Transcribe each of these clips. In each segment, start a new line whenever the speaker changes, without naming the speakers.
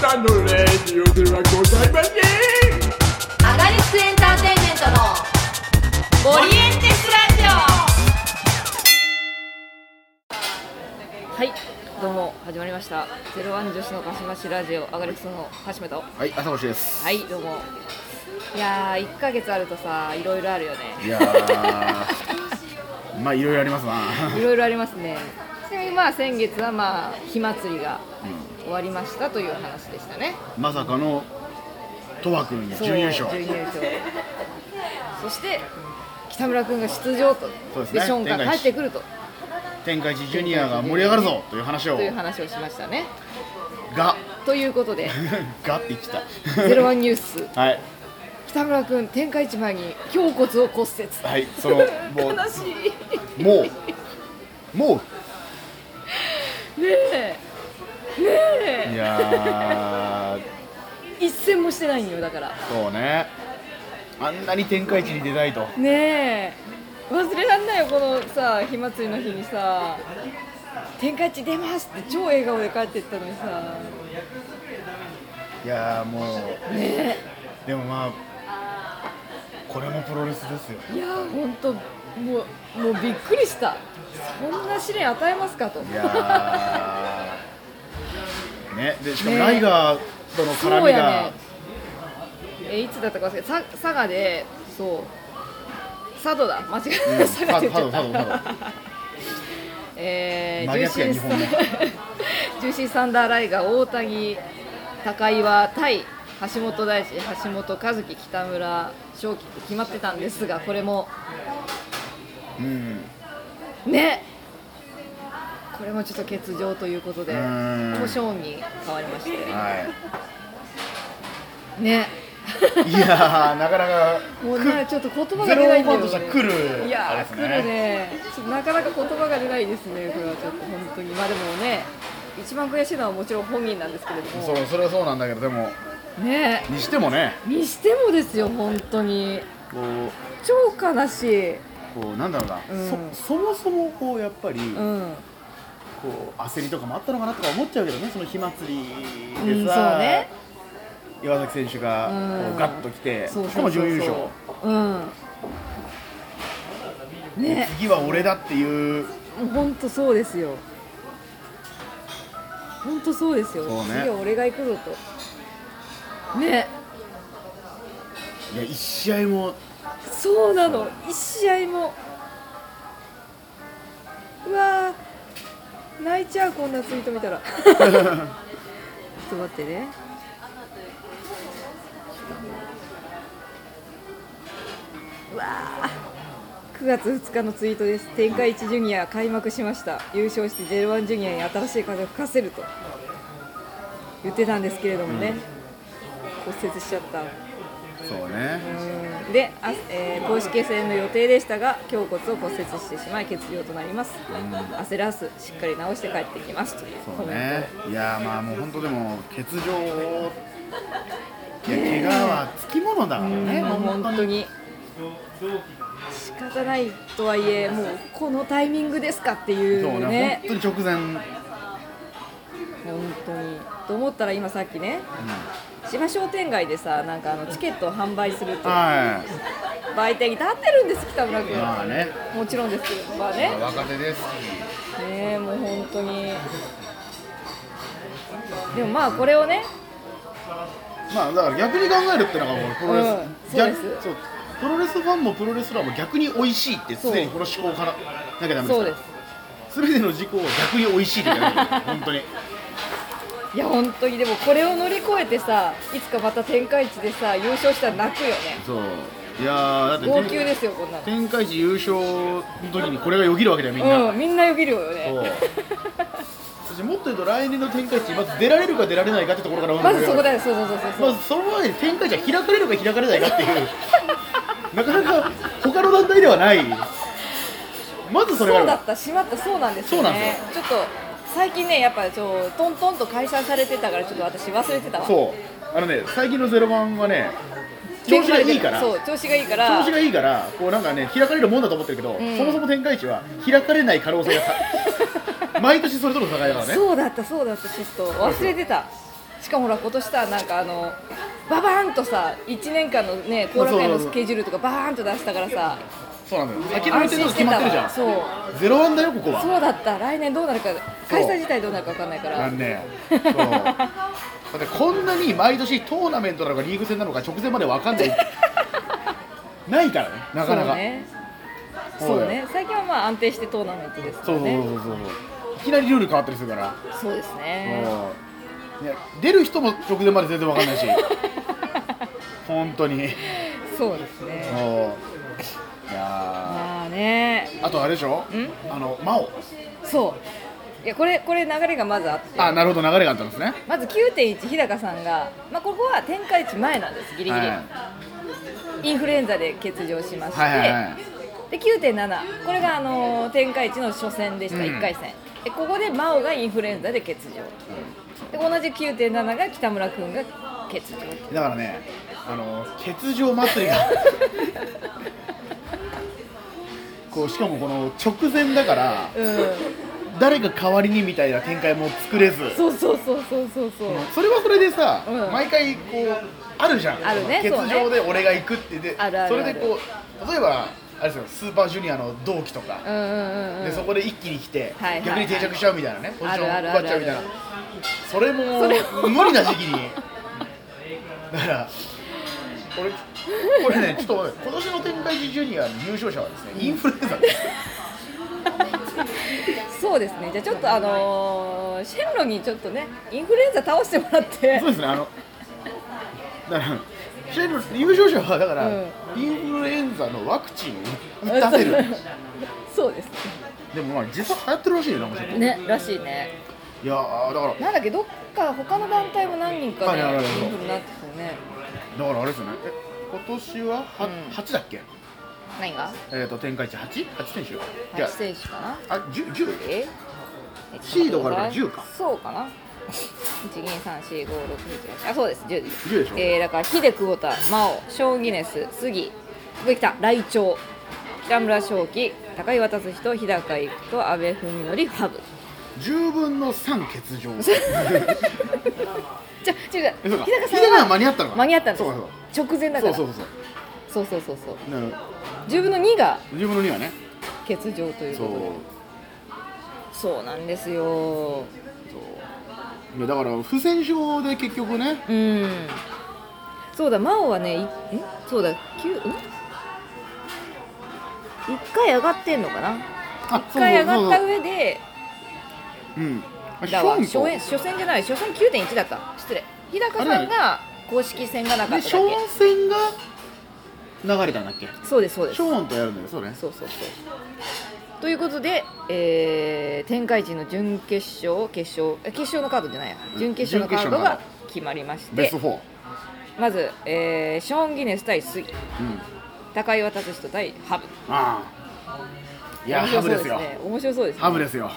さんのレディオではございません
アガリスクエンターテインメントのオリエンテスラジオ
はい、どうも始まりました。ゼロワン女子のガシマシラジオ、アガリクソの橋本。は
はい、朝星です。
い、どうも。いやー、一ヶ月あるとさ、いろいろあるよね。
いやー、まあいろいろありますな。
いろいろありますね。ちなみにまあ先月はまあ火祭りが終わりましたという話でしたね。
まさかの、とわくん
そう
準優勝。
準優勝。そして北村君が出場と、
そうですね
ショーンが帰ってくると
天下一ジュニアが盛り上がるぞという話を
と。いう話をしましたね。
が、
ということで
がって言って
ゼロワンニュース
た。はい、
北村君天下一番に胸骨を骨折。
はい、その、も
悲しい。
う、もう、も
ねえね
う、
え
いやー、
一戦もしてないんよだから
そうね。あんなに天下一に出たいと。
ねえ忘れらんないよこのさ火祭りの日にさ「天下一出ます」って超笑顔で帰ってったのにさ
いやー、もう、
ね
でもまあ、これもプロレスですよ。
えいやーほんともうもうびっくりしたそんな試練与えますかと
いやー ね、でしかも
ね
ライガーとの絡
そう
み
や
が
ね、えいつだったか忘れたさ佐賀でそう佐渡だ間違えた、
うん
佐賀って言っちゃ
佐渡佐渡
っ
佐
たえー、
真逆や
重
日
心
本の
重心サンダーライガー大谷高岩対橋本大地橋本和樹北村正輝って決まってたんですがこれも
うん、
ねこれもちょっと欠場ということで
う
こ
ーん
れもショーンに変わりまして
は
ね
い、いやー、なかなか
もうね、ちょっと言葉が
ゼロ
出ないんだ
ワ
よ、
ン
ね。
としては来る
いや
あ
ー、
れ
来
ですね
るね。ちょっとなかなか言葉が出ないですね。これはちょっと本当に、まあでもね、一番悔しいのはもちろん本人なんですけれども。
そうそれはそうなんだけど、でも、
ね
にしてもね、
え、にしてもですよ、本当に。
こう、
超悲しい。
こうなんだろうな、
うん
そそもそもこうやっぱり、
うん。
こう焦りとかもあったのかなとか思っちゃうけどね、その火祭り
うん
で
そ
さ、
うね
岩崎選手がこ
うん
うガッと来て、
そうそうそうそう
しかも準優勝、。
うん。ね
次は俺だっていう、
え、もう本当そうですよ。本当そうですよ。
そうね
次は俺が行くぞと。ねえ。
いや、一試合も
そうなの一試合もうわー泣いちゃうこんなツイート見たら ちょっと待ってねうわー9月2日のツイートです天下一ジュニア開幕しました優勝して J1 ジュニアに新しい風を吹かせると言ってたんですけれどもね、骨折しちゃった
そうね。
で、あえー公式戦の予定でしたが胸骨を骨折してしまい欠場となります、焦らずしっかり治して帰ってきますという
そ
コ
う
メン
ね、いやーまあもう本当でも欠場いや怪我はつきものだから
ト
ね、
も
も
う
う本当
本当
に
に仕方ないとはいえもうこのタイミングですかってい
そう
う
ね
ね
本当に直前、
本当にと思ったら今さっきね芝商店街でさなんかあのチケットを販売するって
は
売店に立ってるんです北村
い、
君、
まあね、
もちろんですけどまあね
若手ですし、
ねえもう本当にでもまあこれをね
まあだから逆に考えるってのがもうプロレス、
うん
逆
そうです
そうプロレスファンもプロレスラーも逆に美味しいって常にこの思考からなきゃダメです
そ
か
うで
ら
す。
すべての事故を逆に美味しいって言わない本当に。
いや本当にでもこれを乗り越えてさいつかまた天下一でさ優勝したら泣くよね
そう。いやーだって
号泣ですよこんな
天下一優勝の時にこれがよぎるわけだよみんな。
のうんみんなよぎるよ
そう
ね
そしてもっと言うと来年の天下一まず出られるか出られないかってところから
まずそこだ
よ
よそうそうそうそう
まずその前に天下一は開かれるか開かれないかっていうなかなか他の団体ではないまずそれ
そ
がある
うだったしまったそうなんですよ
そうなん
ね
で
ちょっと最近ねやっぱちょトントンと解散されてたからちょっと私忘れてたわ
そうあのね最近のゼロ番はね調子がいいから
そ
調
う調子がいいから
子がいいからこうなんかね開かれるもんだと思ってるけど、
ん
そもそも天下一は開かれない可 能性がさ毎年それとの戦いだからね
そうだったそうだったちょっと忘れてたしかもほら今年さなんかあのババーンとさ1年間のね後楽園のスケジュールとかバーンと出したからさ
そうなのよ先の予
安
定と
心
か
し
決
て
まったてるじゃ
わ
ん
そう
ゼロワンだよここは
そうだった来年どうなるか開催自体どうなるか分かんないか
な
ら
んねそうだってこんなに毎年トーナメントなのかリーグ戦なのか直前まで分かんないないからねなかな
そう
か
ね
そ
そうう
だよ
ね最近はまあ安定してトーナメントですか
そう
ら
そうそう
ね
そうそういきなりルール変わったりするから、
そうですね
そうね出る人も直前まで全然分かんないし本当に
そうですね
そういや
まあね
ーあとあれでしょ
ん
あの真央
そういやこれこれ流れがまずあって
あなるほど流れがあったんですね
まず9.1日高さんが、まあ、ここは天下一前なんですギリギリ、
はい
インフルエンザで欠場しまして、
はいはいはい
で9.7これが、あのー天下一の初戦でした、
うん
1回戦でここで真央がインフルエンザで欠場で同じ9.7が北村君が欠場
だからねあの欠場祭 りがこうしかもこの直前だから
うん
誰が代わりにみたいな展開も作れず
そうそうそうそうそうそう
それはそれでさ、
うん
毎回こうあるじゃん
あるね
欠
そうね
場で俺が行くってで
あるあるある
それでこう例えばあれですよスーパージュニアの同期とか、
うんうんうんう
で
ん
そこで一気に来て、
はいはいはい
逆に定着しちゃうみたいなねポジション
あるある
奪っちゃうみたいな
ある
それも
それも
無理 な時期にだから俺これねちょっと待って今年の天開寺ジュニアの優勝者はですねインフルエンザです
そうですねじゃあちょっとあのーシェンロンにちょっとねインフルエンザ倒してもらって
そうですねあのだから試合の優勝者はだから、
うん
インフルエンザのワクチンを打たせる
そうです
でもまあ実際流行ってるらしいよなもうちょっと
ねらしいね
いやーだから
なんだっけどっか他の団体も何人かね
はいはいはいはい
インフルになってたよね
だからあれですよねえ今年はは、
うん
8だっけ
何が
えっ、ー、と天下一 8? 8選手い
八
や
選手かな
あ10 10
え
シードがあるから10か
そうかな1 2 3 4 5 6 7 8あそうです10です
10でしょ
えー、だから秀久保田真央ショーン・ギネス杉ここ来た来鳥北村正輝高岩達人日高育と阿部文則ハブ
10分の3欠場
じゃ違う違
えそううか
日高
日高
さん
は
は
間に合ったのか
間に合ったんで
そうかそうか
す直前だか
そう
ら
そうそうそ
そうそ
う
うそうそう
だから
10分の2が
10分の2はね
欠場という
そう
ことでそうなんですよ
そういやだから不戦勝で結局ね
うんそうだ真央はねいんそうだ9ん一回上がってんのかな
あ
一回上がった
そうそうそ
上
う
で
そううんあ
だわ
ヒョン
初
と
戦初戦じゃない初戦9.1だった失礼日高さんが公式戦がなか
で
っただ
ショー
け
ン戦が流れたんだっけ
そうですそうです
ショーンとやるんだよそうね
そうそうそうということで、えー、天下一の準決勝決勝え決勝のカードじゃないや
うん
準決勝のカード
準決勝のカー
が決まりまし
ベ
て
スト4、
まず、えー、ショーン・ギネス対杉
うん、
高岩達人対ハブ
ああいや
面白
ハブ
そう
ですよ
ね面白そうですね
ハブですよ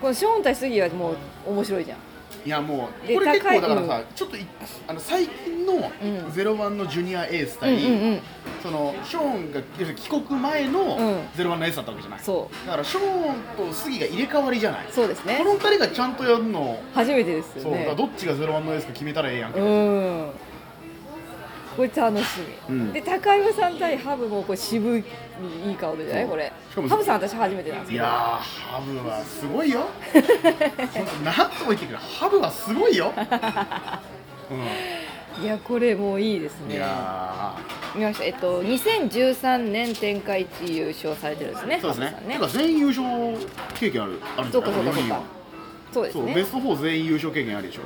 このショーン対杉はもう面白いじゃん
いやもう
で
これ結
高
構
い
だからさちょっといあの最近の
ん
01のジュニアエース対、
うんうんうん
そのショーンが要するに帰国前の
うん
01のエースだったわけじゃない、
そ
だからショーンと杉が入れ替わりじゃない、
そうですね
この二人がちゃんとやるの
初めてですよ
そうだから
ね
どっちが01のエースか決めたらええやんけ、
うんこれ楽しみ、
うん
で高岩さん対ハブもこれ渋いいい顔でじゃない
そう
これ
しかも
ハブさん私初めてなんです
い
け
や
ど
ーハブはすご いよほんとなんとも言ってくれハブはすごいよ、う
いやこれもういいです
ん、い
ね
や
見ましたえっと2013年天下一優勝されてるんですね
ーそうですね
ハブさん
てか全員優勝経験あるあるんじ
そ
ゃ
う
な
かそうかそう
い4人
か
は
そうです
そうベ
ね
スト4全員優勝経験あるでしょ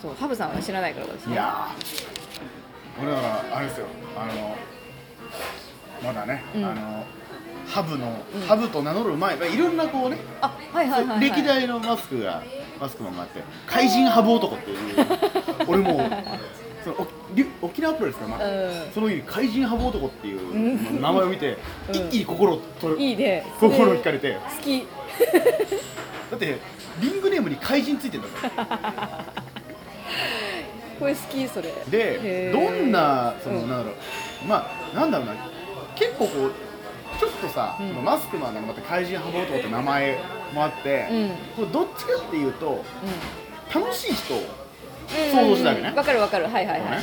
そうハブさんは知らないからです
い
ね
やー俺だからあれですよあのまだね、
うん
あのハブの、ハブと名乗る前まあいろんなこうね、
あはいはいはい、はい、
歴代のマスクがマスクマンがあって怪人ハブ男っていう 俺もうそのおりゅ沖縄プロレスかな、
うん
その時怪人ハブ男っていうん名前を見て、
うん
一気に心をとる
いいね
心を惹かれてだ
好き
ってリングネームに怪人ついてんだから
これ好きそれ
で
へー
どんなそ
う
の、
ん
なんだろうまあなんだろうな結構こうちょっとさ、
うん
そのマスクマンなのまた怪人ハブ男って名前もあって、
うん
これどっちかっていうと
う
楽しい人想像したわけね
わかるわかるはいはいはいはい、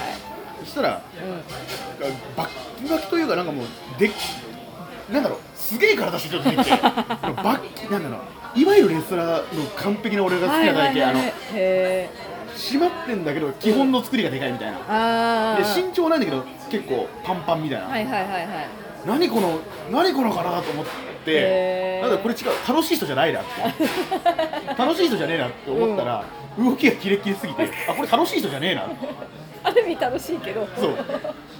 そしたら
う
バッキバキというかなんかもうでなんだろうすげえ体してちょっとで きてバッキなんだろういわゆるレスラーの完璧な俺が
ん
好きな体型あの
へえ
締まってんだけど基本の作りがでかいみたいな
あ
で
ー
身長なんだけど結構パンパンみたいな、
はいはいはいはい
何この何この体と思って
へー
なんだこれ違う楽しい人じゃないなって楽しい人じゃねえなって思ったら、動きがキレッキレすぎてあこれ楽しい人じゃねえな
ある意味楽しいけど
そう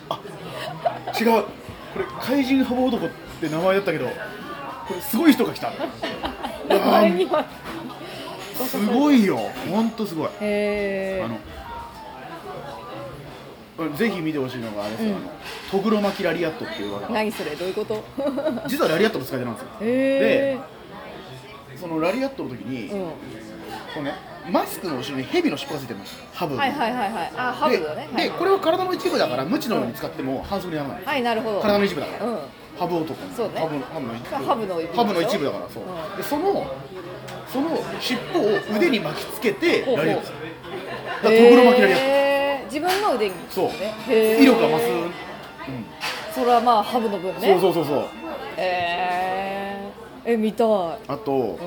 あ違うこれ怪人ハボ男って名前だったけどこれすごい人が来た
名前に は
すごいよほんとすごい
へえ
あのぜひ見てほしいのがあれですよ、
うん
あのトグロ巻きラリアットっていう技
何それどういうこと
実はラリアットの使い手なんですよ
へえ
そのラリアットの時に、
うん
このねマスクの後ろに蛇の尻尾がついてるのハブ
はいはいはいはいあハブだね
ででこれを体の一部だから無知のように使っても反則にならない、
はいなるほど
体の一部だから、
うん
ハブ男
そうね
ハブのハブの一部
ハブの一部
ハブの一部だからそう、
うん
でそのその尻尾を腕に巻きつけて
ほうほ
ラ
う
リアットだからとぐろ巻きラリアット
へー自分の腕に
そう
へー
威力が増す、うん
それはまあハブの分ね
そうそうそうそう
えー、え見たい、
あと、
う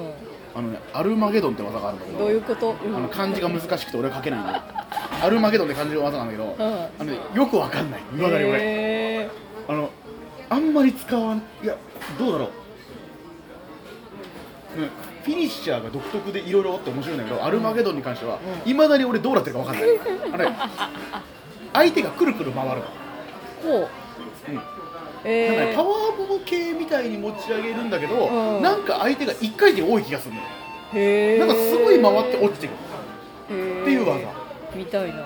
あのねアルマゲドンって技があるんだけ
ん、
ど
どういうこと、うん
あの漢字が難しくて俺は書けないのアルマゲドンで漢字の技なんだけど、
ん
あのねよくわかんないいまだに俺、
へ
あのあんまり使わんいやどうだろう、うんフィニッシャーが独特でいろいろあって面白いんだけどアルマゲドンに関してはいま、未だに俺どうなってるかわかん ないあれ相手がくるくる回るの、
ーほう
うんなんかね
え
パワーボム系みたいに持ち上げるんだけど、
うん
なんか相手が1回で多い気がするのよ
ー、へー
なんかすごい回って落ちてくる
ていう
っていう技
見たいな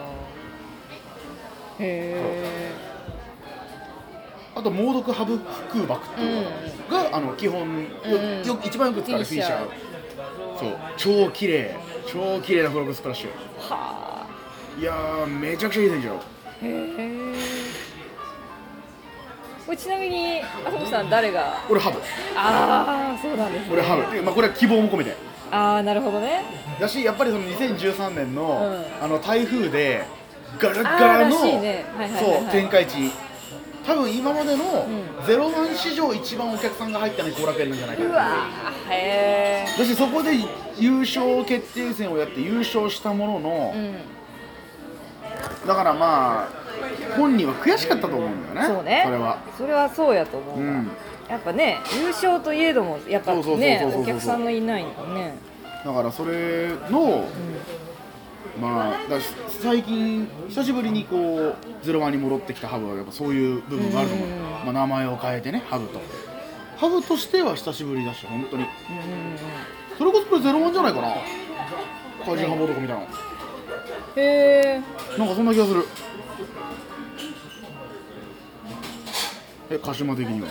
へ
あと猛毒ハブ空爆っていうのが、あの基本
う
よ,、
ん
よ一番よく使うフィニッシャー
フィ
そう超綺麗超綺麗なフロッグスプラッシュ
ーはあ
いやーめちゃくちゃいい選手よ
へえこれちなみに浅野さん誰が
俺ハブ
ああそうなんですね
俺ハブ、でまあ、これは希望も込めて
ああなるほどね
だしやっぱりその2013年の,、
うん
あの台風でガラッガラの
あーらしいねはいはいはいはい
そう展開地多分今までの
ん
ゼロワン史上一番お客さんが入ったのに後楽園なんじゃないうかな
わーへえ
だしそこで優勝決定戦をやって優勝したものの、
うん
だからまあ本人は悔しかったと思うんだよね
そうね
それは
それはそうやと思うわ、
うん
やっぱね優勝といえどもやっぱ
そうそうそうそ
ね
うそう
お客さんのいないのね
だからそれの、まあだし最近久しぶりにこう「ゼロワンに戻ってきたハブはやっぱそういう部分があると思う、
うん
まあ、名前を変えてねハブとハブとしては久しぶりだし本当に
うんうんうん
それこそこれゼロワンじゃないかな怪人ハブ男みたいな
へえ
なんかそんな気がするえ鹿島的には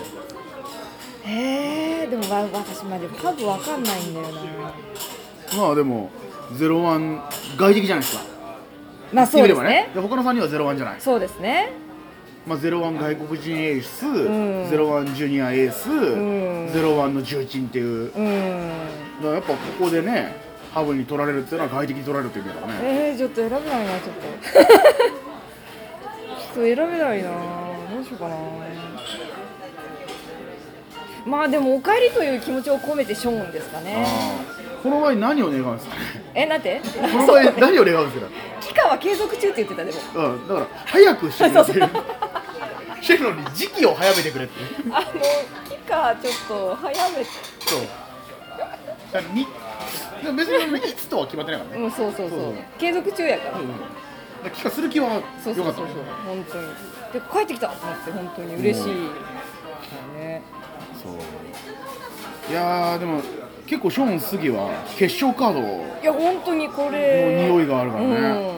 へえでもわ私までハブわかんないんだよな
まあでもゼロワン外敵じゃないですか
まあそうですね
で他の3人はゼロワンじゃない、
そうですね
まあ、ゼロワン外国人エース、
ん
ゼロワンジュニアエース、
ん
ゼロワンの重鎮っていうだ
うん
からやっぱここでねハブに取られるっていうのは外敵に取られるっていう意味だからね
えー、ちょっと選べないなちょっと ちょっと選べないなどうしようかなまあでも「おかえり」という気持ちを込めてショーンですかね
あーこの場合何を願うんですかね
えなん て
この場合何を願うんですかね
期間は継続中って言ってたでも
うんだから早くしてくれっていう シェロに時期を早めてくれっていう
あの期間ちょっと早め
そうだからにだから別にいつとは決まってないからね、
うんそうそうそう
そうそう
継続中やから、
うんうんだから帰化する気は良かった
そうそうそうそう本当にで帰ってきたと思って本当に嬉しい、ね
そういやーでも結構ショーン・スギは決勝カードを
いや本当にこれ
もう匂いがあるからね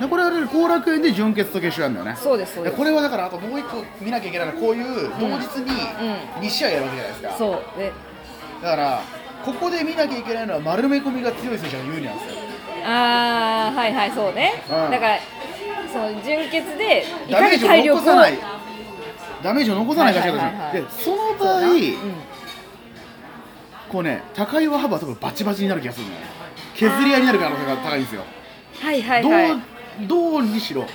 でこれはね後楽園で準決と決勝なんだよね
そうですそうです
でこれはだからあともう一個見なきゃいけないのはこういう同日に2試合やるわけじゃないです
う
か、
んそうで
だからここで見なきゃいけないのは丸め込みが強い選手が有利なんですよ
ああはいはいそうね、
うん
だからその純潔でい
ダ
か
メー
に
ジ
体力
を残
を
さないダメージを残さない勝ち方じゃん、
はいはいはいはい
でその
そう
場
だ
合
なうん
こうね高岩幅は多分バチバチになる気がするんだよね削り合いになる可能性が高いんですよ、
はいはいはいうん
どうどうにしろ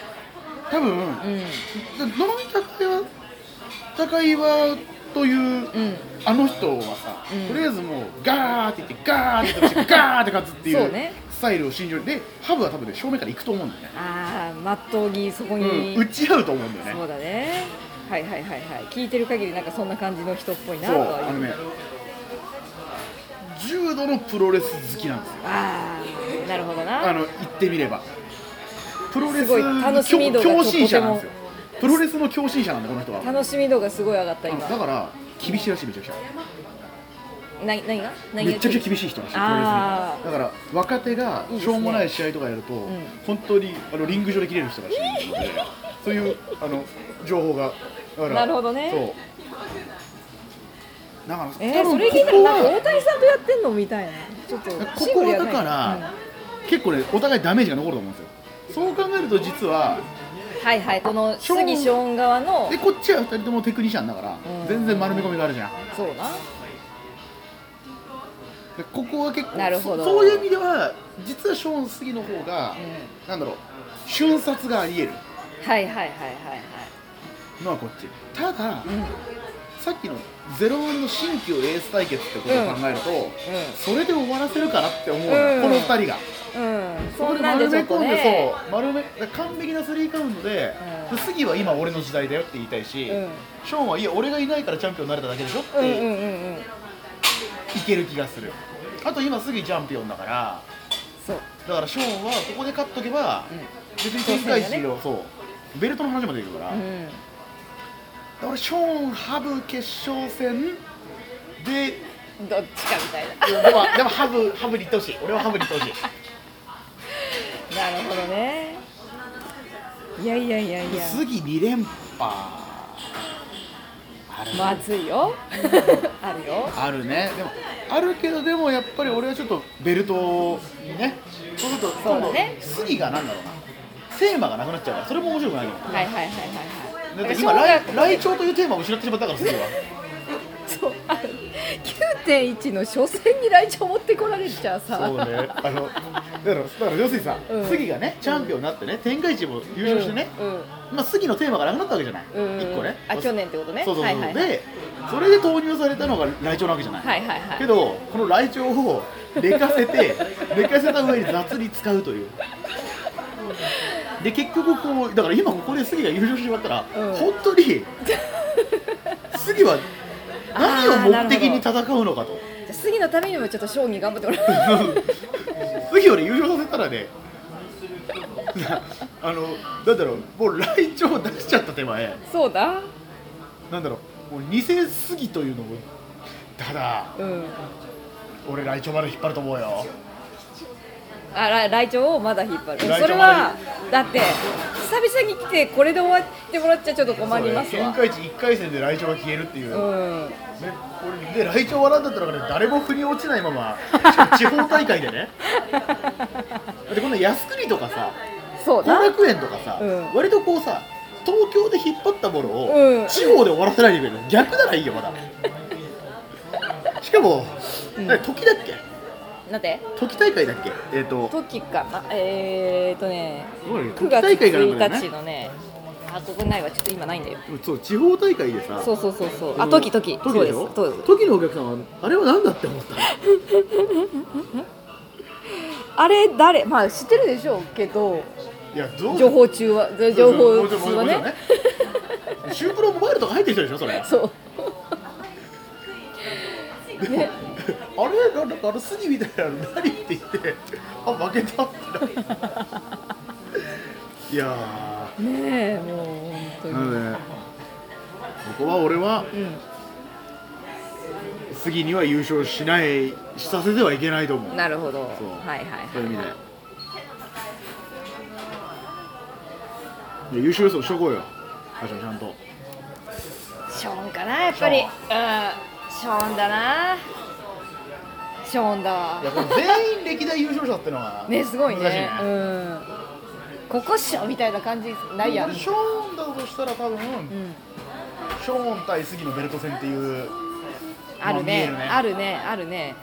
多分、どの戦いは戦いはという、
うん
あの人はさ、
うん
とりあえずもうガーっていってガーって言ってガーって勝つってい
そううね
スタイルを信じるでハブは多分ね正面から行くと思うんだよね、
ああまっとうにそこに、
うん、打ち合うと思うんだよね
そうだねはいはいはいはい聞いてる限りなんかそんな感じの人っぽいな
そ
と
う
は
あ
い
の
う
ね重度のプロレス好きなんですよ
ああなるほどな
あの言ってみればプロレス
すごい楽しみ度が
教信者なんですよ
と
プロレスの教信者なんだこの人は
楽しみ度がすごい上がった
うん
今
だから厳しいらしいめちゃくちゃ
な何が何が
めちゃくちゃ厳しい人らしいプロレスに
あ
だから若手が
いいですね
しょうもない試合とかやると
ん
本当にあのリング上で切れる人らしいのでそういうあの情報がだから
なるほどね
そうだから
えー、
多
そ
分
れ聞いたら
ここ
なんか
は
大谷さんとやってんのみたいなちょっと
こ
シング
こ
ル
は
や
だ
ない
から、結構ねお互いダメージが残ると思うんですよそう考えると実は
うんはいはいこの
ショーン
杉ショーン側の
でこっちは2人ともテクニシャンだから、
うん
全然丸め込みがあるじゃん
そうな
でここは結構
なるほど
そそういう意味では実はショーン・スギの方が、
ん
なんだろう瞬殺がありえる
はいはいはいはい
のはこっちただ、
はいうん
さっきのゼロワンの新旧エース対決ってことを考えると、それで終わらせるかなって思うのよ、
うん
この2人が
うんうん
そ
そ
こ
ん
で
なんで
丸
ち
め
ょっと
込んで、
ね
そう丸めだから完璧なスリーカウントで,、
うん
でスギは今俺の時代だよって言いたいし、
うん
ショーンはいや俺がいないからチャンピオンになれただけでしょって、
うんうんうんうん
いける気がするあと今すぐチャンピオンだから
そう
だからショーンはここで勝っとけば、
う
別に天界人をそうベルトの話までいくから、
う
だか
ん
ら俺ショーンハブ決勝戦 で
どっちかみたいな
でもでもハブハブに行ってほしい俺はハブに行ってほしい
なるほどねいやいやいやいや
次2連覇ある,、
まずいよ あるよ
あるねでもあるけどでもやっぱり俺はちょっとベルトをねそうすると
そうだね
次がなんだろうなテーマがなくなっちゃうからそれも面白くないよ
はいはいはいはいはい
だって
小
今
学
来来庁というテーマを失ってしまったから次は
そうあの9.1の初戦に来庁持ってこられちゃうさ
そうね、あの、だから、だから、要するにさ、
うん
杉がね、チャンピオンになってね、天下一も優勝してね。
うんうん
まあ、杉のテーマがなくなったわけじゃない。
うんうん
一個ね。
あ去年ってことね
そうそう
は
そ
いは
う。
いはい
で、それで投入されたのがライチョウなわけじゃない。
はいはいはい
けど、このライチョウを寝か せて、寝かせた上に雑に使うという。で、結局、こう、だから、今ここで杉が優勝してしまったら、
うん
本 当に。杉は。何を目的に
あー
戦うのかと。
じゃあ杉のためにもちょっと将棋頑張ってもらおう
次俺優勝させたらね なあのなんだろうもう来庁出しちゃった手前
そうだ
なんだろうもう偽すぎというのもただ
うん
俺来庁まで引っ張ると思うよ
あら来庁をまだ引っ張るそ
来庁まだ
れはだって久々に来てこれで終わってもらっちゃちょっと困りますわ
天下一1回戦で来庁が消えるっていう、
う
ね
ん
これで来庁笑うんだったらね誰も腑に落ちないまま地方大会でねでこの靖国とかさ
そう
後
だ
楽園とかさ、
うん
割とこうさ東京で引っ張ったもの
う
を
ん
地方で終わらせないでくれる逆ならいいよまだしかも、
うん
え時だっけ
なんて
時大会だっけえっ、と
時かなえー、っとね9
9
月1日
ね
のねあここないわちょっと今ないんだよ
そう地方大会でさ
そうそうそうそう
そ
あ
の
時時
時
そう
で
で
し
す
ょ
そうです
時のお客さんはあれは何だって思ったの
あれ誰まあ知ってるでしょうけど
いやどう
情報中は情報通はね
シュープロモバイルとか入ってきてるでしょそれ
そうね
あれなんかあの杉みたいなの何って言ってあ負け たってなるいや
ねえもう本当
ー
に
なのでここは俺は杉には優勝しないしさせてはいけないと思
う
うん
なるほどは
そう
いはい
そういう意味でいや優勝予想しとこうよあちゃんちゃんと
ショーンかなやっぱりうんショーンだなショーンだわ
いやこれ全員歴代優勝者ってのは
ねすごい
難しい
ねうんここっしょみたいな感じないやん
こ
う
れショーンだとしたら多分、
ん
ショーン対杉のベルト戦っていう
あるね
もう見えるね
あるねあるね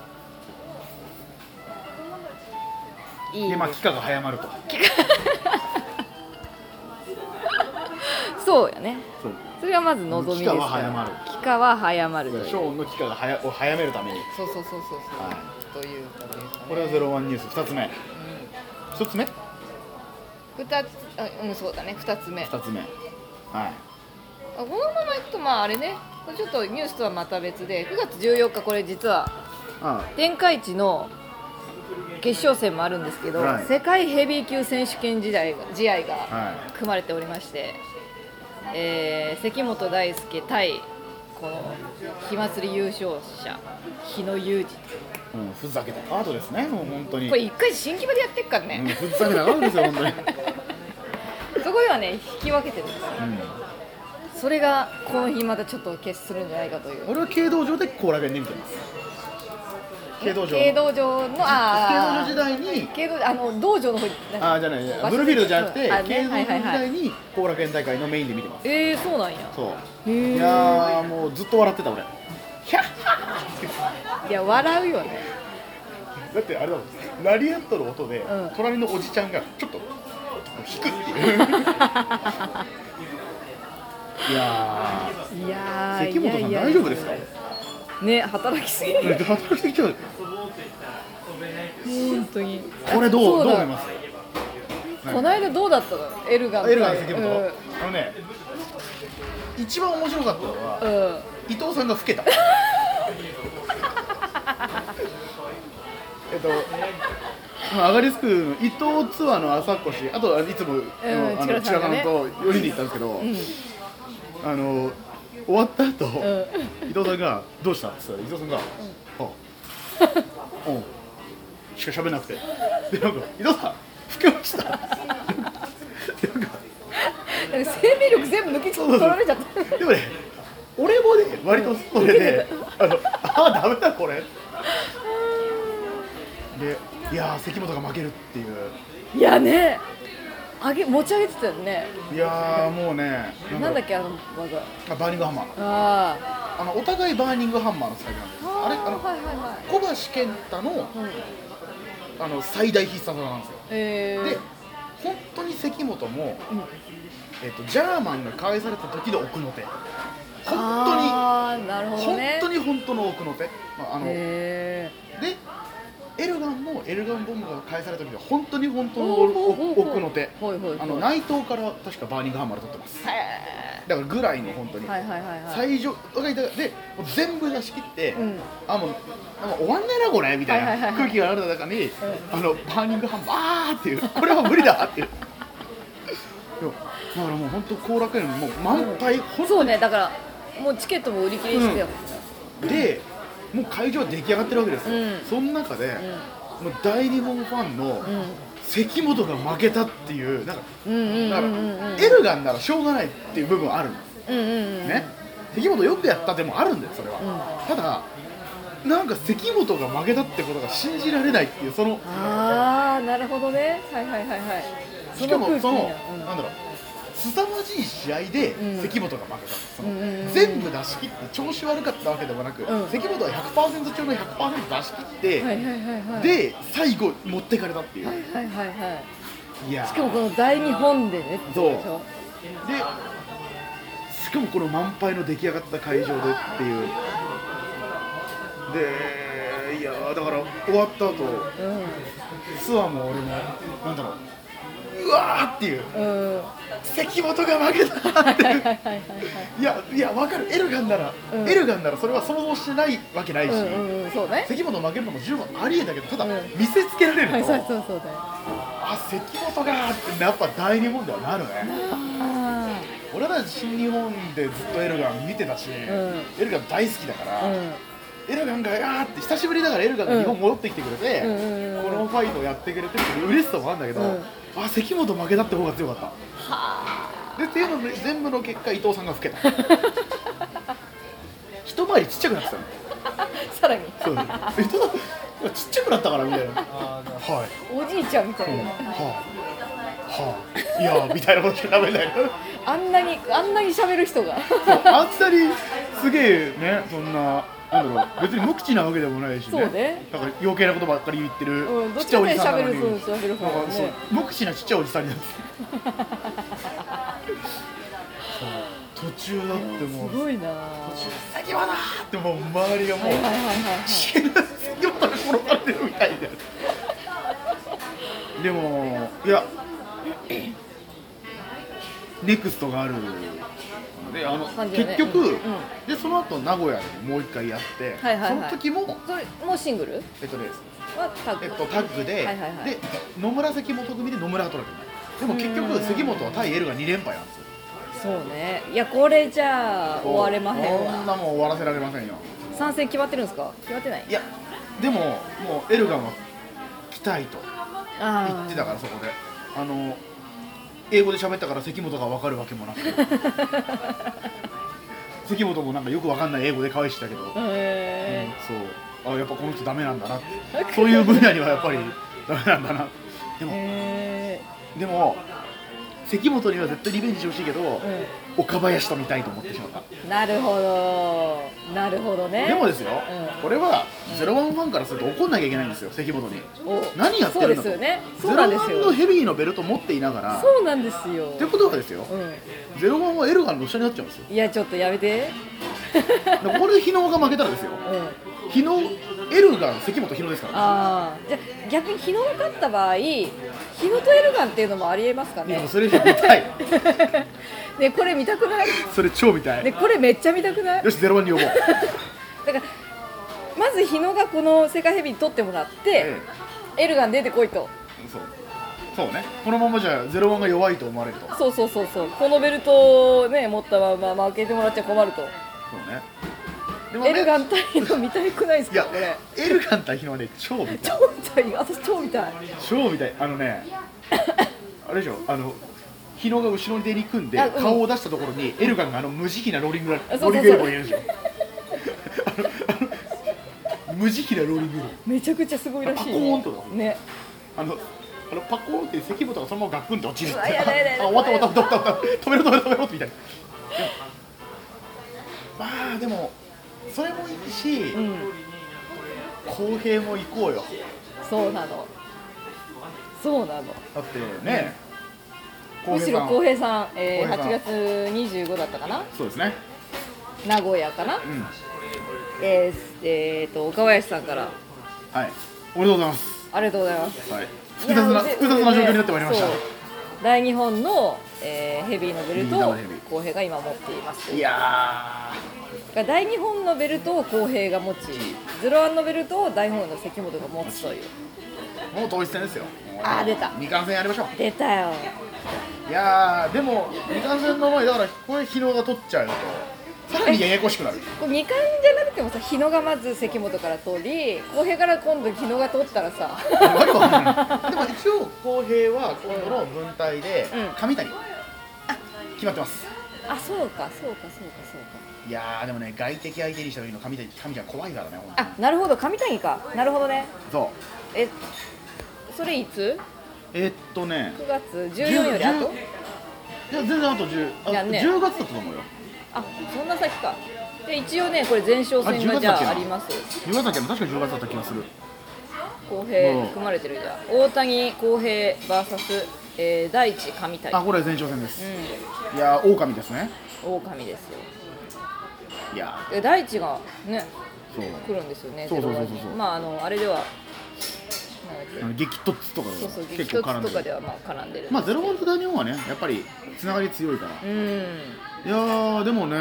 いい
でまあ
で
期間が早まると
そうやね
そう
それはまず望みですから
期間は早まる
期間は早まるという
ショーンの期間が早を早めるために
そうそうそうそうそう、
は
ということですかね
これは「ゼロワンニュース」2つ目1つ目
うん、二つあうんそうだね二つ目あ
2つ目はい
このままいくとまああれねこれちょっとニュースとはまた別で9月14日これ実は
あ
天下一の決勝戦もあるんですけど、
はい
世界ヘビー級選手権時代が試合が、
は
組まれておりまして、えー関本大輔対この火祭り優勝者日野裕二
い、うん、ふざけたアートですねもう本当に
これ一回新木場でやってっから
うん、
ね、
ふざけたアートですよ本当に、
そこではね引き分けてるんですよ
う
それがこの日またちょっと決するんじゃないかとい
ん、
う
俺は軽道場で後楽園で見てます軽道場
軽道場のあ
軽道場時
あ
代に
軽道あの道場の方になんか
あーじゃないじゃないブルーフィールドじゃなくて
あ
軽
ね
道場
は
時
いはい
代に後楽園大会のメインで見てます
えー、そうなんや
そう
へえ
いやーもうずっと笑ってた俺ヒャッ
いや笑うよね
だってあれだもんラリアットの音で、
うん
隣のおじちゃんがちょっと引くっていう いや
いやー
ー関本さん
いやいや
大丈夫ですか
ね働きすぎる
働きちゃう
本当に
これどう
そ
どう
だ
思います
この間どうだったのエルガン
エルガン
対
関本、あのね一番面白かったのは、
うん、うん
伊藤さんが老 けたえっとまあアガリスクの伊藤ツアーの朝越あとあのいつも、あの
チカ
千
ラ
ラ
さ
さ
んが
ん
ね
と4人で行ったんですけど、あの終わった後、伊藤さんが「どうした?」って言ったら伊藤さんが「あうん」しか喋んなくてでなんか「伊藤さん老けました」 でなんか
なんか生命力全部抜き
そ
取
うそうそう
られちゃった
でもね、俺もね、割とそれで、あの、あー、ダメだこれ。で、いやー、関本が負けるっていう。
いやね上げ持ち上げてたよね
いやー、もうね、
なんだ
っ
っけあの技
け、あバーニングハンマー。
あ
あの、お互いバーニングハンマーの最なんです
あ
よ。あれ、あの、
はいはいは
小橋健太の、
い、うん、
あの、最大必殺技なんですよ。
えー、
で、本当に関本も、
うん
えっと、ジャーマンが返された時の奥の手。本当に。
あーなるほど
本
ね
当に本当の奥の手、まあ、あの
へ
でエルガンもエルガンボムが返された時は本当に本当の奥奥の手
ほいほいほい
あの内藤から確かバーニングハンマーで取ってます
ーへ
だからぐらいの本当
ー
に、
はいはいはいはい
最上でもう全部出し切って、
うん
あもうあもう終わんないなこれみたいな、
はいはいはいはい
空気がある中に、あのバーニングハンマーあーっていうこれは無理だっていういやだからもう本当後楽園もう満杯、本
そうねだからもうチケットも売り切れしてたよ、
でもう会場は出来上がってるわけですよ、
うん
その中で、もう大日本ファンの
うん
関本が負けたっていうなんか
うんうん
だ
うん
から、
うんうん
エルガンならしょうがないっていう部分はあるんです
うんうんうん
ね、関本よくやったでもあるんだよそれは、ただなんか関本が負けたってことが信じられないっていうその
ああなるほどねはいはいはいはい
しかもその
その
なんだろう凄まじい試合で
うん
関本が負けたんです、その
うんうんうんうん
全部出し切って調子悪かったわけでもなく、
うん
関本は100%中の100%出し切って、
うん、はいはいはいはい
で最後持ってかれたっていう、
はいはいはいはい
いやー
しかもこの大日本でねってことでしょ
でしかもこの満杯の出来上がった会場でっていうでいやーだから終わった後ツアーも俺もなんだろううわーっていう
うんうん
関本が負けたって
はいいう はい はいはい
いやいや分かるエルガンなら、
うん
エルガンならそれは想像してないわけない
う
し、
んうんうんそうね
関本負けるのも十分ありえだけどただ、
うん
見せつけられると、
はいそうそうそうだよ
あ関本がーってやっぱ大日本ではなるね
あ
俺ら新日本でずっとエルガン見てたし、
ん
エルガン大好きだから、
ー
エルガンがやーって久しぶりだからエルガンが日本戻ってきてくれて、
うんうんうんうん
このファイトをやってくれてるっていう嬉しさもあるんだけど、
うん
あ関本負けたって方が強かったはでっていうので全部の結果伊藤さんが老けた一回りちっちゃくなってたの
うんさらに
そう伊藤さんちっちゃくなったからみたいなはい
おじいちゃんみたい
は
な
あ、はあ、いやーみたいなことしか食べない
あんなにあんなに喋る人が
あんたりすげえねそんななんだろう別に無口なわけでもないしね
そうね
なんか余計なことばっかり言ってる、
うんどっち
ゃ
か
お
ね
じさんなの
喋るそう
に
喋る方
なん
だ
か
ね
そう無口なちっちゃいおじさんになってたそう途中だってもう
すごいなは
先はなーってもう周りがもう
いはいはいはい
死ぬ酔ったら転がってるみたいなでもいやネクストがあるのであの、
感じだね
結局、
うんうん
でその後名古屋にもう一回やって、
はいはいはい
その時も
それもうシングル
えっとね
はタッグ
えっと、タッグで,、
はいはいはい
で野村関本組で野村が取られてないでも結
う
局
ん
杉本は対エルが2連敗なんですよ
そうねいやこれじゃあ終われまへん
こん
わ
なもん終わらせられませんよ
参戦決まってるんですか決まってない
いやでももうエルガンは来たいと言
あ
っ
あ
てたからそこであの英語で喋ったから関本が分かるわけ もなく関本もなんかよく分かんない英語で返してたけど、うん
へえ
そうあやっぱこの人ダメなんだなってそういう分野にはやっぱりダメなんだなでも
へえ
でも関本には絶対リベンジしてほしいけど、岡林と見たいと思ってしまった
なるほどなるほどね
でもですよ、
うん
これは「ゼロワンファンからすると怒んなきゃいけないんですよ関本に
お
何やってるんだと
そうですよねそ
ゼ
うなん
ロ
で
ワ
す
ンの
よ
ヘビーのベルト持っていながらっ
そうなんですよ
てことはですよ、
う
ゼロワンはエルガンの下になっちゃうんですよ
んいやちょっとやめて
でこれで日野が負けたらですよ
うん
日野エルガン関本日野ですから
ああじゃあ逆に日野が勝った場合日野とエルガンっていうのもありえますか
ねいや
ね
それ見たい
ねこれ見たくない
それ超見たい
ねこれめっちゃ見たくない
よしゼロワンに呼ぼう、
だからまず日野がこの世界ヘビーに取ってもらって
え、
エルガン出てこいと
えそうそうねこのままじゃゼロワンが弱いと思われるとそう
そうそうそうそうこのベルトをね持ったまま負けてもらっちゃ困ると、
ねで
エルガ
ン
ン対の見たくないです
い
か
や
これ
エルガン対日野はね超見たい
超見たい私超見たい
超見たいあのねあれでしょあの日野が後ろに出に組んで
あうん
顔を出したところにエルガンがあの無慈悲なローリングラ
あそ
ロ
うそうそう
ーリングエルボー入れるでしょあのあの無慈悲なローリングエルボー
めちゃくちゃすごいらしい
パコーンとだ
ね
あのあのパコーンって関本がそのままガクンと落ちるって
うわやだやだやだ
あ終わった終わった終わった終わった止めろ止めろ止めろみたいなまあでもそれもいいし
うん
公平も行こうよ
そうなのそうなの
だってね
むしろ
さん
浩平さん、えー、
浩平さ
8
ん
月25だったかな
そうですね
名古屋かな、
うん
えーすえーと岡林さんから
はいおめでとうございます
ありがとうございます
はい、複雑な複雑な状況になってまいりまし
そう大日本の、えーヘビーのベルト
うん
を
ダブルヘビー
浩平が今持っています
た。いや
が大日本のベルトを浩平が持ちゼロワンのベルトを大日本の関本が持つという
ー、もう統一戦ですよ。
あー出た
二冠戦やりましょ
出たよ
う。いやー、でも二冠戦の前だからこれ疲労が取っちゃうと、さらにややこし くなる。
これ2回じゃなくてもさ日野がまず関本から取り浩平から今度日野が取ったらさ
わけ わかんない。でも一応公平は今度の分隊で
うん
上谷、決まってます。
あそうかそうかそうかそうか
いやーでもね外敵相手にした時の上谷上谷怖いからね。ほんとに
あなるほど上谷かなるほどね
そう。
えそれいつ
えーっとね。
9月14より後
いや全然あと十
いや
あ
ね
十月だったと思うよ。
あそんな先かで一応ねこれ前哨戦
あ10
がじゃ
月だっ
あ
けな
あります
湯ヶ崎も確か十月だった気がする。
公
う
平
ん
含まれてるじゃん大谷公平 VS、えー、第一神
あ
谷
これ前哨戦です。
う
いやー狼ですね。
ん狼ですよ
いや
で第一がね
ーそう。
来るんですよね
そうそうそうそう
ゼロワンにまああのあれではなんだっけ
あの激突とかが
そうそう激
結構絡
突
ん
と
で
か
る
ではまあ絡んでる
まあゼロワンと大日本はねやっぱりつながり強いから
うん
いやーでもね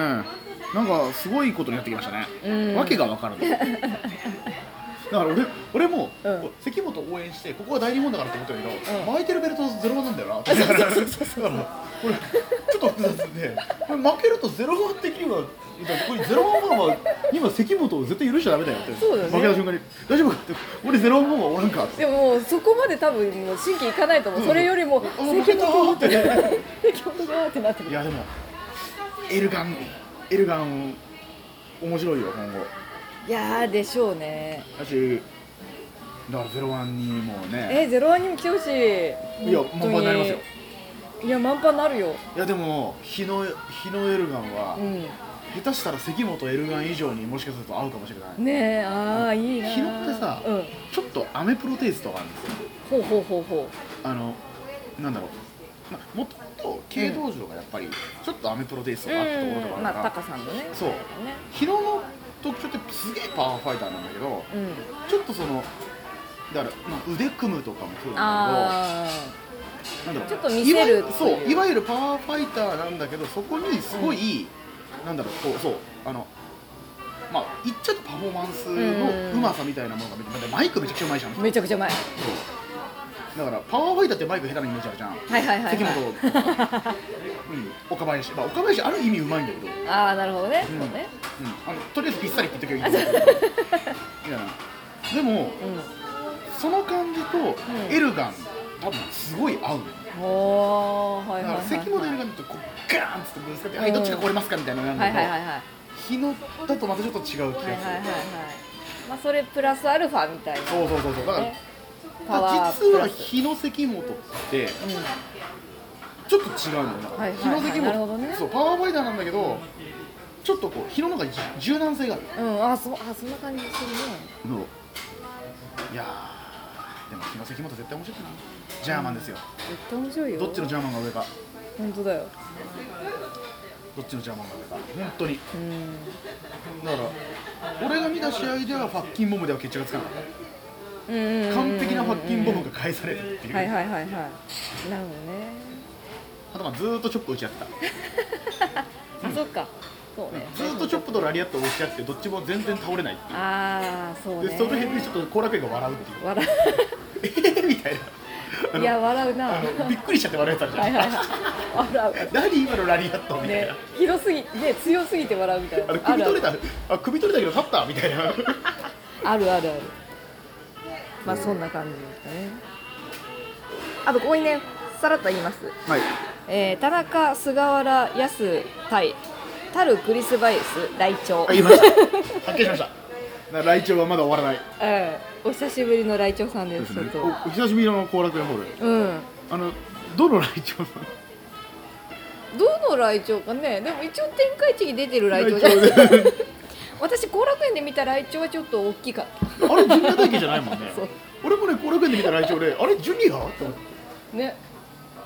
なんかすごいことになってきましたね、
うん
わけが分からないだから俺俺も、
うん
関本応援してここは大日本だからって思ったけど、
うん
巻いてるベルトゼロワンなんだよなってだからこれちょっと複雑でこれ負けるとゼロワン的にはだってこれゼロワンファンは今関本を絶対許しちゃダメだよって
そうだね
負けた瞬間に大丈夫かって俺ゼロワンファンはおらんかっ
で
て
ももうそこまで多分もう神経いかないと思う、それよりも
負けたーって
関本がーってなって
い
る
やでもエルガンエルガン面白いよ今後
いやーでしょうね
だしだからゼロワンにもね
えゼロワンにも来てほしい
いや
本当
満杯になりますよ
いや満杯になるよ
いやでも日の日のエルガンは
うん
や下手したら関本エルガン以上にもしかすると合うかもしれない
ねえああいいな
昨日ってさ、
うん、
ちょっとアメプロテイストがあるんですよ
ほうほうほうほ
あのなんだろうまあもともと軽道場がやっぱりちょっとアメプロテイスト
う
があったところと
う
か
ん
ある
ま
か
あタ
ら、
カさんのね
そう
ね
ヒロの特徴ってすげえパワーファイターなんだけど
うん
ちょっとそのだから、まあ、腕組むとかもそうなんだ
あ
けどなんだろう
ちょっと見せる
いわゆるそ
という
ういわゆるパワーファイターなんだけどそこにすごい、なんだろうこうそうあのまあ言っちゃうとパフォーマンスのうまさみたいなものが見て、だってマイクめちゃくちゃうまいじゃん
あめちゃくちゃうまい
だからパワーファイターってマイク下手なイメージあるじゃん、
はいはいはい、
関
はい、
うん、岡林、まあ、岡林ある意味うまいんだけど、うん、
ああなるほどね、
うん
そうね
あのとりあえずぴったりって言っときゃいいんだけど
う
いやでもその感じとエルガン、多分すごい合うの
んおーは
だ
い
か
はい
ら
はい
関本エルガンとこうガーンっつってぶつかって、はいどっちが壊れますかみたいなのが
は
あ
い
るん
はい
だ
はいはい
けど、日野だとまたちょっと違う気がす
はい
る、
はいはいはいまあそれプラスアルファみたいな
そうそうそうそうだから、
ねパワー
実
プ
は
ラス
日野関本って
うん
ちょっと違うのよなん
は
か
いはいはい
日野関
なるほど
本、
ね
そうパワーファイターなんだけどちょっとこう日野の方が柔軟性がある
うん、あ、そう、あ、そんな感じするね。
のいやーでも日野関本絶対面白いなジャーマンですよ、
絶対面白いよ。
どっちのジャーマンが上か
本当だよ。
どっちのジャーマンが上か本当に
うん。
だから俺が見た試合ではファッキンボムでは決着がつかなかっ
うんうんうんう
た
ん
完璧なファッキンボムが返されるっていう、
はいはいはいはい。なるほどね。
あとまあずーっとチョップ打ち合ってた
あ、そっか。そうね。
ずーっとチョップとラリアットを打ち合ってどっちも全然倒れないって
ああ、そう
いう
ね。
でその辺でちょっと後楽園が笑うっていう
笑
えーみたいな
う。
あの
いや、笑うな。
あ
は
のびっくりしちゃって笑えたじ
い
ゃ
は
ん、
いはい。笑
何今のラリアット
う。
みたい
ね
な、、
広すぎ、ね、強すぎて笑うみたい
あ
な
の。首取れ
る
たあ首取れたけど勝ったみたいな
ある。あるあるある。まあ、そんな感じですかね。あと、ここにね、さらっと言います。
はい
えー、田中菅原安対タルクリスバイス来庁、
あ言いました発見しましたな来庁はまだ終わらない
えーお久しぶりの来庁さんですちょっと
おお久しぶりの後楽園ホール
うん
あのどの来庁
どの来庁かねでも一応天下一に出てる来庁じゃ
来
ん
庁で
私後楽園で見た来庁はちょっと大きかった
あれジュニア体験じゃないもん ね
そう
俺もね後楽園で見た来庁であれジュニアって思って
ね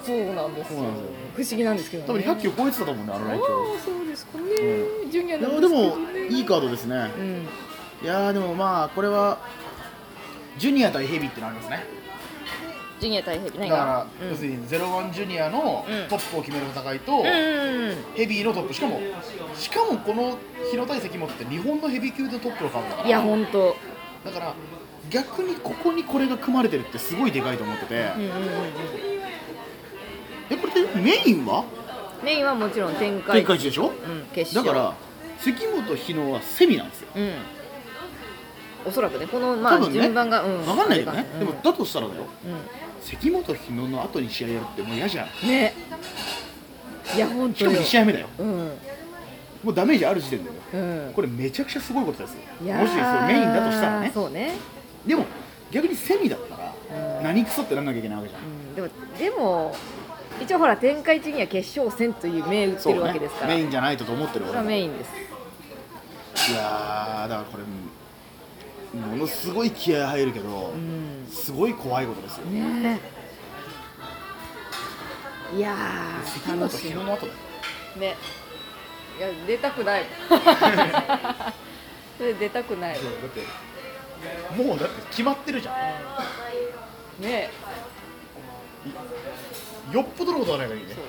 そうなんですよ
そうなんですよ
不思議なんですけ
多
ど、
分
ね、
100キロ超えてたと思うんだあの
あ
来
あそうですかね、ジュニアなん
庁
で
です
け
も
ど、ね、
いいカードですね
うん
いやーでもまあこれはジュニア対ヘビーってのありますね
ジュニア大変何
だ
が
から、要するにゼロワンジュニアの
うん
トップを決める戦いと、
うんうん
ヘビーのトップしかもしかもこの日野対関もって日本のヘビー級のトップの顔だか
いや
ら
本当
だから逆にここにこれが組まれてるってすごいでかいと思ってて、
うんうんうんうん
えこれってメインは
メインはもちろん天下
展
一
開地でしょ、
うん、決
だ
勝
から関本日野はセミなんですよ
うんおそらくねこのまあ、
多分ね
順番がうん
分かんないけどね、
あれ
で
か
も
な
だとしたらだよ
うん、
関本日野の後に試合やるってもう嫌じゃん
うんねいや本
し
当
か
よ
も2試合目だよ
うん
もうダメージある時点でね
うん
これめちゃくちゃすごいことですよ
いやー
もしそれメインだとしたらね
そうね、
でも逆にセミだったら
うん
何クソってなんなきゃいけないわけじゃん
うん、でもでも一応ほら天下一には決勝戦という銘打ってるわけですから
メインじゃないとと思ってる
そ
俺
れは
もい
メインです
やーだからこれうんものすごい気合入るけど、
うん
すごい怖いことですよ
ねいやー
関本
楽し
日野の後だよ
いねいや出たくない それ出たくない
そうだってもうだって決まってるじゃ
ね
んよっぽどのことはない限りね
そう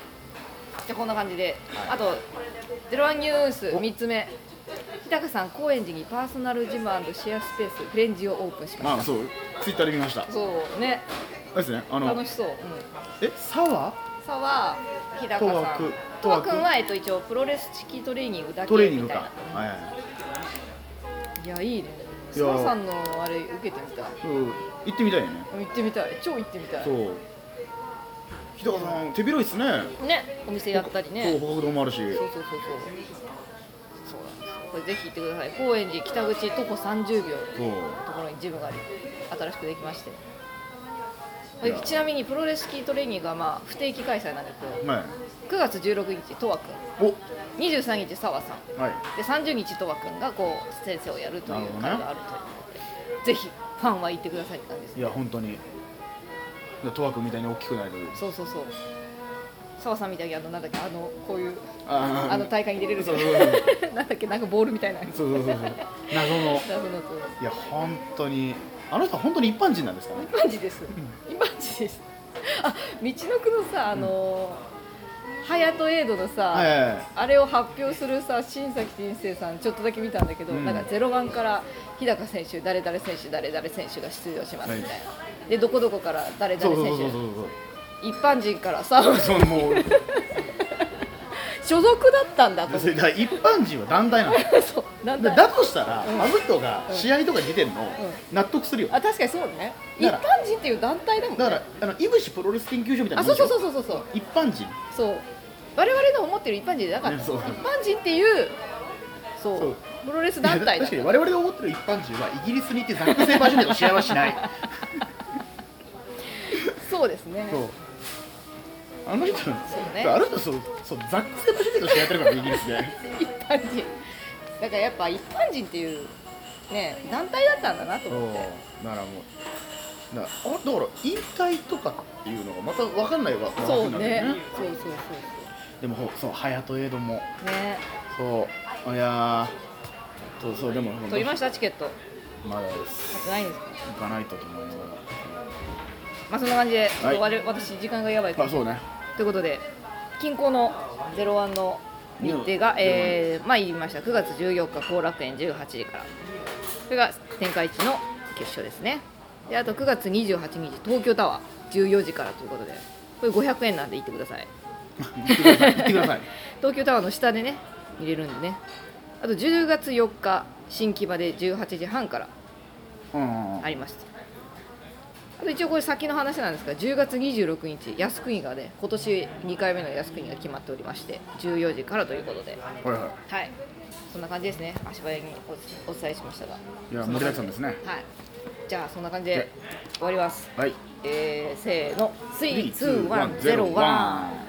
じゃあこんな感じで、あと「ゼロワンニュース」3つ目日高さん高円寺にパーソナルジムシェアスペースフレンジをオープンしまし
まあそうツイッターで見ました
たそうね
ですねあの
楽しそう、うん、
えサワ
さあは日高
トワ
さん
ク
とわ
トワク
くんは、えっと、一応プロレス式トレーニングだけ
トレーニング
みたいな
かはいはい
いやいいね澤さんのあれ受けてみたい
そう行ってみたいよね
行ってみたい超行ってみたい
そう日高さん手広いっすね
ねお店やったり
そう
ね
北海道もあるし
そうそうそうそうそうなんですよこれぜひ行ってください高円寺北口徒歩30秒
そう
ところにジムがあり新しくできまして
いや
ちなみにプロレスキートレーニングはまあ不定期開催なんですけど
はい
9月16日とわく
お
ん23日澤さん
はい
で30日とわくんがこう先生をやるとい
な
う
るほどね
会があるということで、ぜひファンは行ってくださいって感じです
いや本当にトワ君みたいに大きくないと
そうそうそう澤さんみたいにあのなんだっけあのこういう
あー
あの大会に出れるじゃん
そうそうそう
なんだっけなんかボールみたいな
そう そうそうそう謎の
謎のと
いや本当にあの人は本当に一般人なんですかね
一般人です一般人ですあ道のくのさあのハヤトエイドのさ、
はいはいはい
あれを発表するさ新崎人生さんちょっとだけ見たんだけど、
うん
なんかゼロ番から日高選手誰々選手誰々選手が出場しますみたいな、でどこどこから誰
そ
々
うそうそ
選
うそう
手一般人からさ
そうそうもう
所属だったんだと
だから一般人は団体なんだよ
そうなん
だ
だ
だとしたら、あの人が試合とかに出てんの、納得するよ
あ確かにそうね一
だ
般
から
人っていう団体だもんね
だからあの井口プロレス研究所みたいな
あそうそうそう
う
そうそうそう
一般人
そう我々の思ってる一般人じゃなかった、
ねそう
一般人っていうそう
そう
プロレス団体だ
確かに我々が思ってる一般人はイギリスに行ってザック・セイバージュニアと試合はしない
そうですね
そうあの人そう
ね
あの人そうそうザック・セイバージュニアと試合やってるからイギリスで
一般人だからやっぱ一般人っていうね団体だったんだなと
そう
思って
ならもうだからあだから引退とかっていうのがまた分かんないわ
そう
わかんない
ね
よ
そうそうそう
でもほそう隼人エイドも
そうね
そういやーそうそうでも
取りましたチケット
まだです
買ってないんですか
行かないとと思います
まあそんな感じで、ちょっと
は
我々私時間がやばいか
まあ
ら
そうね
ということで近郊の「ゼロワンの日程が、
うん
えー、まあ言いました9月14日後楽園18時からそれが天下一の決勝ですねであと9月28日東京タワー14時からということでこれ500円なんで行ってください
行ってください行ってください
東京タワーの下でね見れるんでねあと10月4日新木場で18時半から
うんうんうん
ありますあと一応これ先の話なんですが10月26日靖国がね今年2回目の靖国が決まっておりまして14時からということで
はいは
はいそんな感じですね足早におお伝えしましたがはい
いや盛りだくさんですね
じゃあそんな感じで終わります
はい
えー、せーの
3 2 1
32101